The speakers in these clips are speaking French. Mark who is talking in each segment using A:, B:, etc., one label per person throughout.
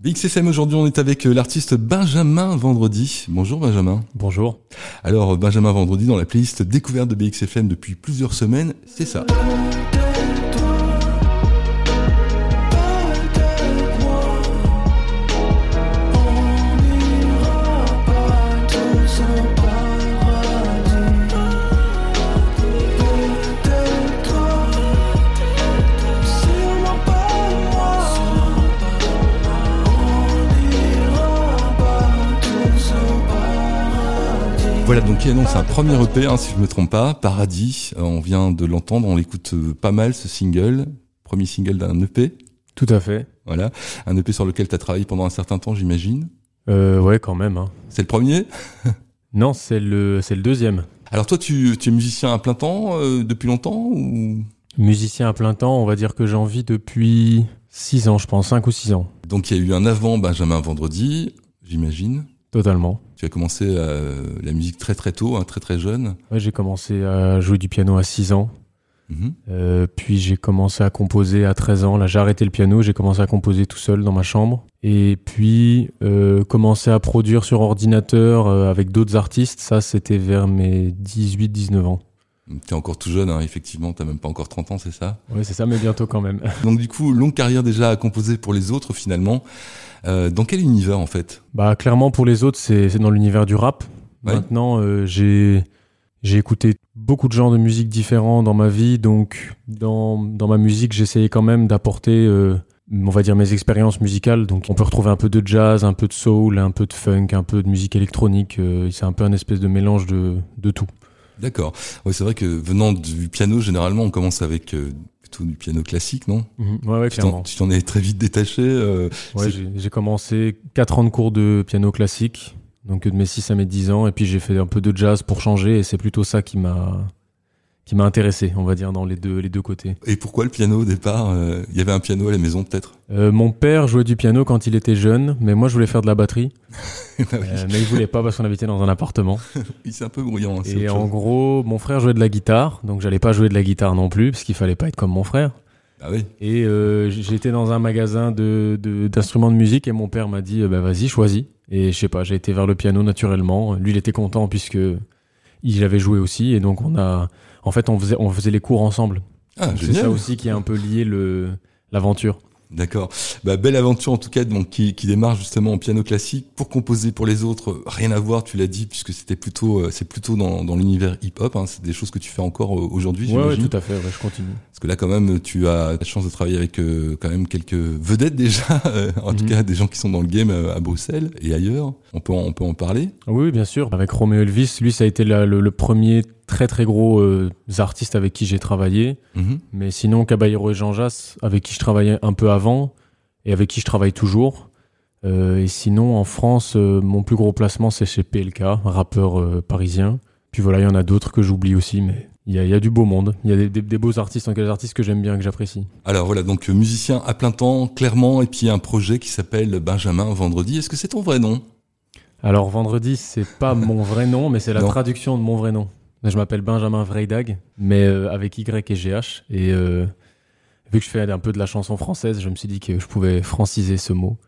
A: BXFM, aujourd'hui on est avec euh, l'artiste Benjamin Vendredi. Bonjour Benjamin.
B: Bonjour.
A: Alors euh, Benjamin Vendredi dans la playlist découverte de BXFM depuis plusieurs semaines, c'est ça. Voilà donc qui annonce un premier EP, hein, si je me trompe pas, Paradis. Euh, on vient de l'entendre, on l'écoute euh, pas mal ce single, premier single d'un EP.
B: Tout à fait.
A: Voilà, un EP sur lequel tu as travaillé pendant un certain temps, j'imagine.
B: Euh, ouais, quand même. hein.
A: C'est le premier.
B: Non, c'est le, c'est le deuxième.
A: Alors toi, tu, tu es musicien à plein temps euh, depuis longtemps ou
B: Musicien à plein temps, on va dire que j'en vis depuis 6 ans, je pense, 5 ou 6 ans.
A: Donc il y a eu un avant Benjamin Vendredi, j'imagine.
B: Totalement.
A: Tu as commencé euh, la musique très très tôt, hein, très très jeune.
B: Ouais, j'ai commencé à jouer du piano à 6 ans.
A: Mhm.
B: Euh, puis j'ai commencé à composer à 13 ans. Là, j'ai arrêté le piano, j'ai commencé à composer tout seul dans ma chambre. Et puis, euh, commencer à produire sur ordinateur euh, avec d'autres artistes, ça, c'était vers mes 18-19 ans.
A: T'es encore tout jeune, hein, effectivement, t'as même pas encore 30 ans, c'est ça
B: Ouais, c'est ça, mais bientôt quand même.
A: Donc du coup, longue carrière déjà à composer pour les autres finalement. Euh, dans quel univers en fait
B: Bah clairement pour les autres c'est c'est dans l'univers du rap.
A: Ouais.
B: Maintenant euh, j'ai j'ai écouté beaucoup de genres de musique différents dans ma vie donc dans dans ma musique j'essayais quand même d'apporter euh, on va dire mes expériences musicales donc on peut retrouver un peu de jazz, un peu de soul, un peu de funk, un peu de musique électronique, euh, c'est un peu un espèce de mélange de de tout.
A: D'accord. Oui, c'est vrai que venant du piano, généralement, on commence avec euh, plutôt du piano classique, non
B: Mhm. Ouais ouais
A: Tu t'en-
B: clairement.
A: Tu t'en es très vite détaché. euh,
B: Ouais,
A: c'est-
B: j'ai j'ai commencé 4 ans de cours de piano classique, donc de mes 6 à mes 10 ans, et puis j'ai fait un peu de jazz pour changer, et c'est plutôt ça qui m'a qui m'a intéressé, on va dire, dans les deux, les deux côtés.
A: Et pourquoi le piano au départ Euh, Il y avait un piano à la maison peut-être
B: Euh, mon père jouait du piano quand il était jeune, mais moi je voulais faire de la batterie,
A: Bah oui,
B: euh, mais il voulait pas parce qu'on habitait dans un appartement.
A: oui, c'est un peu bruyant. hein, c'est
B: Et
A: autre
B: en
A: chose.
B: gros, mon frère jouait de la guitare, donc j'allais pas jouer de la guitare non plus, parce qu'il fallait pas être comme mon frère.
A: Ah oui.
B: Et euh, j'étais dans un magasin de- de- d'instruments de, musique et mon père m'a dit euh, bah, vas-y, choisis. Et je sais pas, j'ai été vers le piano naturellement. Lui, il était content puisque il avait joué aussi. Et donc, on a. En fait, on faisait, on faisait les cours ensemble.
A: Ah,
B: Donc, C'est ça
A: génial.
B: aussi qui est un peu lié le- l'aventure.
A: D'accord. Bah, belle aventure en tout cas, donc qui, qui démarre justement en piano classique pour composer pour les autres. Rien à voir, tu l'as dit, puisque c'était plutôt, euh, c'est plutôt dans, dans l'univers hip-hop. hein, c'est des choses que tu fais encore euh, aujourd'hui,
B: Ouais, ouais,
A: j'imagine.
B: tout à fait, ouais, je continue.
A: Parce que là, quand même, tu as la chance de travailler avec euh, quand même quelques vedettes déjà, euh, en tout
B: Mhm.
A: cas des gens qui sont dans le game euh, à Bruxelles et ailleurs. On peut, en- on peut en parler.
B: Ah Oui, oui, bien sûr. Avec Roméo Elvis, lui, ça a été la- le, le premier très très gros euh, artiste avec qui j'ai travaillé.
A: Mhm.
B: Mais sinon, Caballero et Jean Jass, avec qui je travaillais un peu avant et avec qui je travaille toujours. Euh, et sinon, en France, euh, mon plus gros placement, c'est chez PLK, un rappeur euh, parisien. Puis voilà, il y en a d'autres que j'oublie aussi, mais il y a, il y a du beau monde. Il y a des, des- des beaux artistes, en tout cas, des artistes que j'aime bien, que j'apprécie.
A: Alors voilà, donc euh, musicien à plein temps, clairement, et puis un projet qui s'appelle Benjamin Vendredi. Est-ce que c'est ton vrai nom
B: Alors, vendredi, c'est pas mon vrai nom, mais c'est la
A: Non.
B: traduction de mon vrai nom. Je m'appelle Benjamin Vreidag, mais euh, avec Y et GH. Et euh, vu que je fais un peu de la chanson française, je me suis dit que je pouvais franciser ce mot.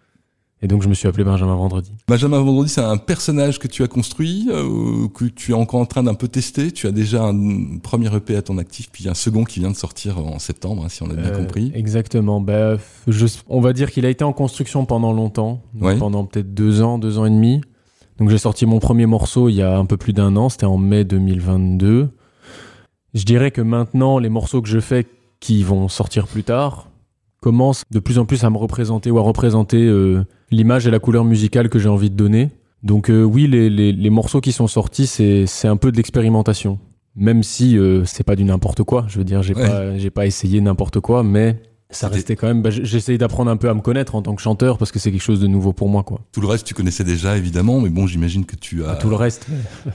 B: Et donc, je me suis appelé Benjamin Vendredi.
A: Benjamin Vendredi, c'est un personnage que tu as construit, euh, que tu es encore en train d'un peu tester. Tu as déjà un premier EP à ton actif, puis un second qui vient de sortir en septembre, hein, si on l'a bien
B: Euh,
A: compris.
B: Exactement. Bah, f- je- on va dire qu'il a été en construction pendant longtemps, donc
A: Ouais.
B: pendant peut-être deux ans, deux ans et demi. Donc j'ai sorti mon premier morceau il y a un peu plus d'un an, c'était en mai 2022. Je dirais que maintenant, les morceaux que je fais qui vont sortir plus tard commencent de plus en plus à me représenter ou à représenter euh, l'image et la couleur musicale que j'ai envie de donner. Donc euh, oui, les, les- les morceaux qui sont sortis, c'est c'est un peu de l'expérimentation. Même si euh, c'est pas du n'importe quoi, je veux dire, j'ai
A: Ouais.
B: pas, j'ai pas essayé n'importe quoi, mais ça
A: C'était-
B: restait quand même. bah, j- J'essayais d'apprendre un peu à me connaître en tant que chanteur parce que c'est quelque chose de nouveau pour moi, quoi.
A: Tout le reste, tu connaissais déjà, évidemment, mais bon, j'imagine que tu as,
B: Ah, Tout le reste.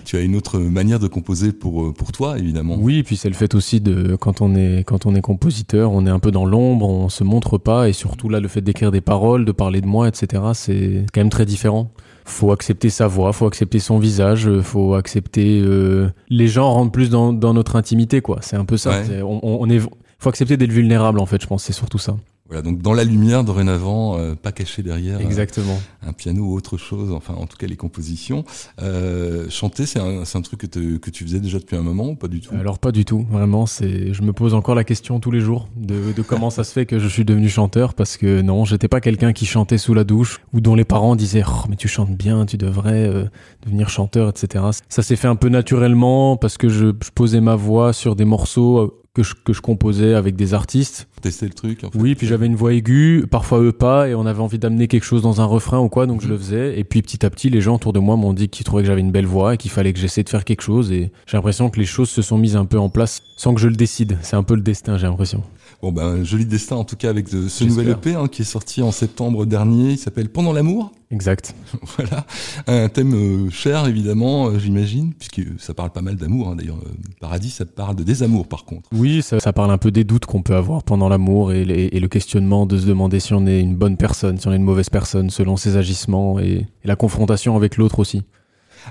A: tu as une autre manière de composer pour, euh, pour toi, évidemment.
B: Oui, et puis c'est le fait aussi de quand on est quand on est compositeur, on est un peu dans l'ombre, on se montre pas, et surtout là le fait d'écrire des paroles, de parler de moi, etc. C'est quand même très différent. Faut accepter sa voix, faut accepter son visage, euh, faut accepter euh, les gens rentrent plus dans, dans notre intimité quoi. C'est un peu ça.
A: Ouais.
B: C'est- On, on- on est faut accepter d'être vulnérable en fait, je pense. C'est surtout ça.
A: Voilà, donc dans la lumière dorénavant, euh, pas caché derrière euh,
B: Exactement.
A: un piano ou autre chose, enfin en tout cas les compositions. Euh, chanter, c'est un, c'est un truc que, te- que tu faisais déjà depuis un moment ou pas du tout
B: Alors pas du tout, vraiment. C'est, je me pose encore la question tous les jours de, de comment ça se fait que je suis devenu chanteur parce que non, j'étais pas quelqu'un qui chantait sous la douche ou dont les parents disaient oh mais tu chantes bien, tu devrais euh, devenir chanteur, etc. Ça s'est fait un peu naturellement parce que je, je posais ma voix sur des morceaux euh, que je, que je composais avec des artistes.
A: Tester le truc en fait.
B: Oui, puis j'avais une voix aiguë, parfois eux pas, et on avait envie d'amener quelque chose dans un refrain ou quoi, donc
A: Mm.
B: je le faisais. Et puis petit à petit, les gens autour de moi m'ont dit qu'ils trouvaient que j'avais une belle voix et qu'il fallait que j'essaie de faire quelque chose. Et j'ai l'impression que les choses se sont mises un peu en place sans que je le décide. C'est un peu le destin, j'ai l'impression.
A: Bon ben un joli destin en tout cas avec de- ce
B: J'espère.
A: nouvel EP hein, qui est sorti en septembre dernier. Il s'appelle Pendant l'amour.
B: Exact.
A: voilà, un thème euh, cher évidemment, euh, j'imagine, puisque ça parle pas mal d'amour. hein. D'ailleurs, euh, Paradis, ça parle de désamour par contre.
B: Oui, ça, ça parle un peu des doutes qu'on peut avoir pendant l'amour et, les- et le questionnement de se demander si on est une bonne personne, si on est une mauvaise personne, selon ses agissements et, et la confrontation avec l'autre aussi.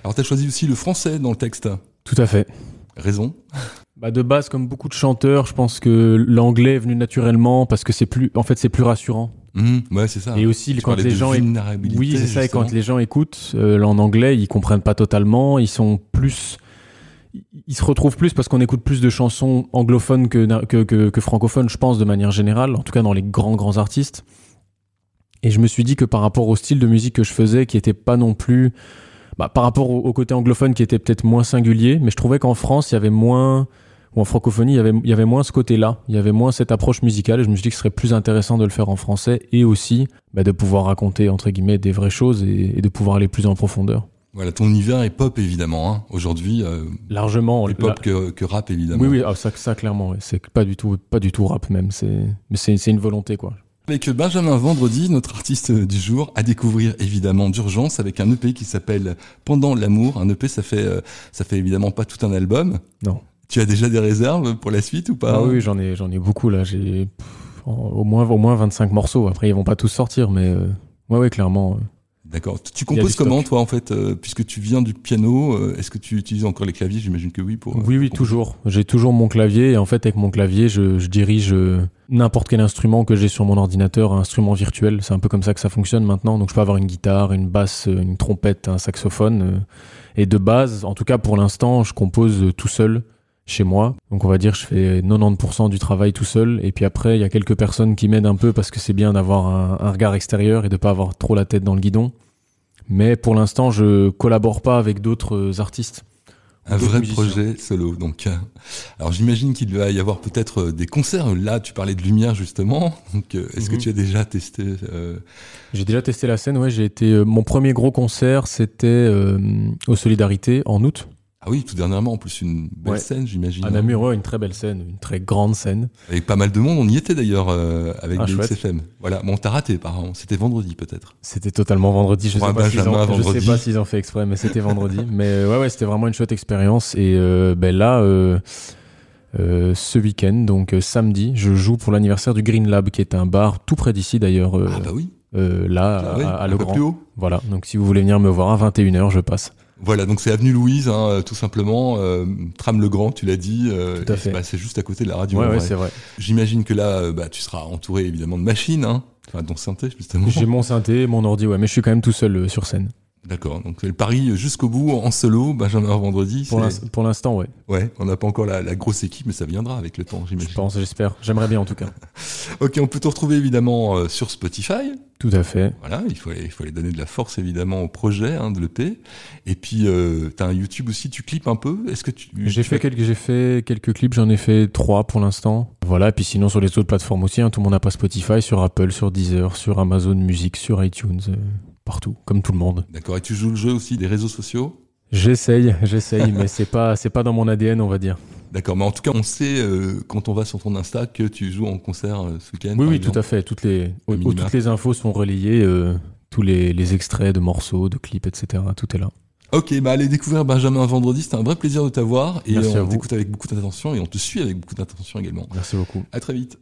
A: Alors t'as choisi aussi le français dans le texte.
B: Tout à fait.
A: Raison.
B: Bah de base, comme beaucoup de chanteurs, je pense que l'anglais est venu naturellement parce que c'est plus, en fait, c'est plus rassurant.
A: Mhm, Ouais, c'est ça.
B: et aussi
A: Tu
B: quand
A: parlais
B: les
A: de
B: gens, éc-
A: vulnérabilité,
B: oui, c'est ça. Et
A: justement.
B: quand les gens écoutent euh, en anglais, ils comprennent pas totalement. Ils sont plus, ils se retrouvent plus parce qu'on écoute plus de chansons anglophones que na- que, que, que francophones, je pense, de manière générale. En tout cas, dans les grands grands artistes. Et je me suis dit que par rapport au style de musique que je faisais, qui était pas non plus, bah, par rapport au, au côté anglophone, qui était peut-être moins singulier, mais je trouvais qu'en France, il y avait moins ou en francophonie, il y avait, il y avait moins ce côté-là, il y avait moins cette approche musicale, et je me suis dit que ce serait plus intéressant de le faire en français, et aussi bah, de pouvoir raconter, entre guillemets, des vraies choses, et, et de pouvoir aller plus en profondeur.
A: Voilà, ton univers est pop évidemment. hein. Aujourd'hui, euh,
B: Largement.
A: plus
B: la-
A: pop que, que rap évidemment.
B: oui, oui, ah, ça, ça clairement, ouais. c'est pas du tout, pas du tout rap même, c'est, mais c'est, c'est une volonté, quoi.
A: Avec Benjamin Vendredi, notre artiste du jour, à découvrir évidemment d'urgence avec un EP qui s'appelle Pendant l'amour. Un EP, ça fait, euh, ça fait évidemment pas tout un album.
B: Non.
A: Tu as déjà des réserves pour la suite ou pas
B: Ah oui, j'en ai, j'en ai beaucoup là. J'ai pff, en- au moins, au moins 25 morceaux. Après, ils vont pas tous sortir, mais euh, ouais, ouais, clairement. euh.
A: D'accord. Tu- Tu
B: Il y a
A: composes
B: du stock.
A: comment, toi, en fait, euh, puisque tu viens du piano euh, Est-ce que tu utilises encore les claviers J'imagine que oui. Pour, euh,
B: oui, oui,
A: pour-
B: toujours. J'ai toujours mon clavier et en fait, avec mon clavier, je, je dirige euh, n'importe quel instrument que j'ai sur mon ordinateur, un instrument virtuel. C'est un peu comme ça que ça fonctionne maintenant. Donc, je peux avoir une guitare, une basse, euh, une trompette, un saxophone. euh, et de base, en tout cas pour l'instant, je compose euh, tout seul chez moi. Donc on va dire je fais 90% du travail tout seul et puis après il y a quelques personnes qui m'aident un peu parce que c'est bien d'avoir un, un regard extérieur et de pas avoir trop la tête dans le guidon. Mais pour l'instant, je collabore pas avec d'autres euh, artistes.
A: Un
B: D'autres
A: vrai
B: musiciens.
A: projet solo. Donc, euh, alors j'imagine qu'il va y avoir peut-être euh, des concerts. Là, tu parlais de lumière justement. Donc, euh, est-ce
B: Mhm.
A: que tu as déjà testé euh,
B: J'ai déjà testé la scène, ouais, j'ai été euh, mon premier gros concert, c'était euh, au Solidarité en août
A: Ah oui, tout dernièrement, en plus une belle
B: Ouais.
A: scène, j'imagine. hein
B: à Namur, ouais, une très belle scène, une très grande scène.
A: Avec pas mal de monde. On y était d'ailleurs euh, avec
B: Ah,
A: des
B: chouette.
A: XFM. Voilà. Bon, t'as raté, par an. C'était vendredi peut-être.
B: C'était totalement vendredi, je
A: Pour
B: sais,
A: un
B: pas s'ils
A: Benjamin,
B: en, je sais
A: vendredi.
B: pas s'ils ont fait exprès, mais c'était vendredi. mais euh, ouais, ouais, c'était vraiment une chouette expérience. Et euh, ben là, euh, euh, ce week-end, donc euh, samedi, je joue pour l'anniversaire du Green Lab, qui est un bar tout près d'ici d'ailleurs, euh,
A: ah bah oui.
B: euh, là,
A: Ah
B: à,
A: oui,
B: à- à
A: un peu
B: Legrand.
A: plus haut.
B: Voilà, donc si vous voulez venir me voir à 21h, je passe.
A: Voilà, donc c'est avenue Louise, hein, euh, tout simplement. Euh, Tram le Grand, tu l'as dit. euh,
B: Tout à
A: et
B: fait.
A: c'est- bah, c'est juste à côté de la radio.
B: Ouais,
A: en
B: ouais,
A: vrai.
B: c'est vrai.
A: J'imagine que là, euh, bah, tu seras entouré évidemment de machines, hein, enfin, dont synthé justement.
B: J'ai mon synthé, mon ordi, ouais, mais je suis quand même tout seul euh, sur scène.
A: D'accord. Donc le pari euh, jusqu'au bout en solo, Benjamin vendredi.
B: Pour
A: c'est-
B: l'ins- pour l'instant, ouais,
A: Ouais, on n'a pas encore la, la grosse équipe, mais ça viendra avec le temps,
B: je
A: j'imagine.
B: pense, j'espère. J'aimerais bien en tout cas.
A: Ok, on peut te retrouver évidemment euh, sur Spotify.
B: Tout à fait.
A: Voilà, il faut, aller- il faut aller donner de la force évidemment au projet hein, de l'EP. Et puis, euh, t'as un YouTube aussi, tu clips un peu. Est-ce que tu
B: J'ai
A: tu
B: fait,
A: vas-
B: quelques, j'ai fait quelques clips, j'en ai fait trois pour l'instant. Voilà, et puis sinon sur les autres plateformes aussi, hein, tout le monde n'a pas Spotify, sur Apple, sur Deezer, sur Amazon Music, sur iTunes, euh, partout, comme tout le monde.
A: D'accord. Et tu joues le jeu aussi des réseaux sociaux.
B: J'essaye, j'essaye, mais c'est pas, c'est pas dans mon ADN, on va dire.
A: D'accord, mais en tout cas, on sait euh, quand on va sur ton Insta que tu joues en concert euh, ce week-end.
B: Oui, oui, tout à fait. Toutes les,
A: Le
B: où- où
A: minima.
B: toutes les infos sont relayées, euh, tous les, les extraits de morceaux, de clips, etc. Tout est là.
A: fait. Ok, bah allez découvrir Benjamin vendredi, c'était un vrai plaisir de t'avoir et
B: Merci à
A: on
B: vous.
A: t'écoute avec beaucoup d'attention et on te suit avec beaucoup d'attention également.
B: Merci beaucoup.
A: À très vite.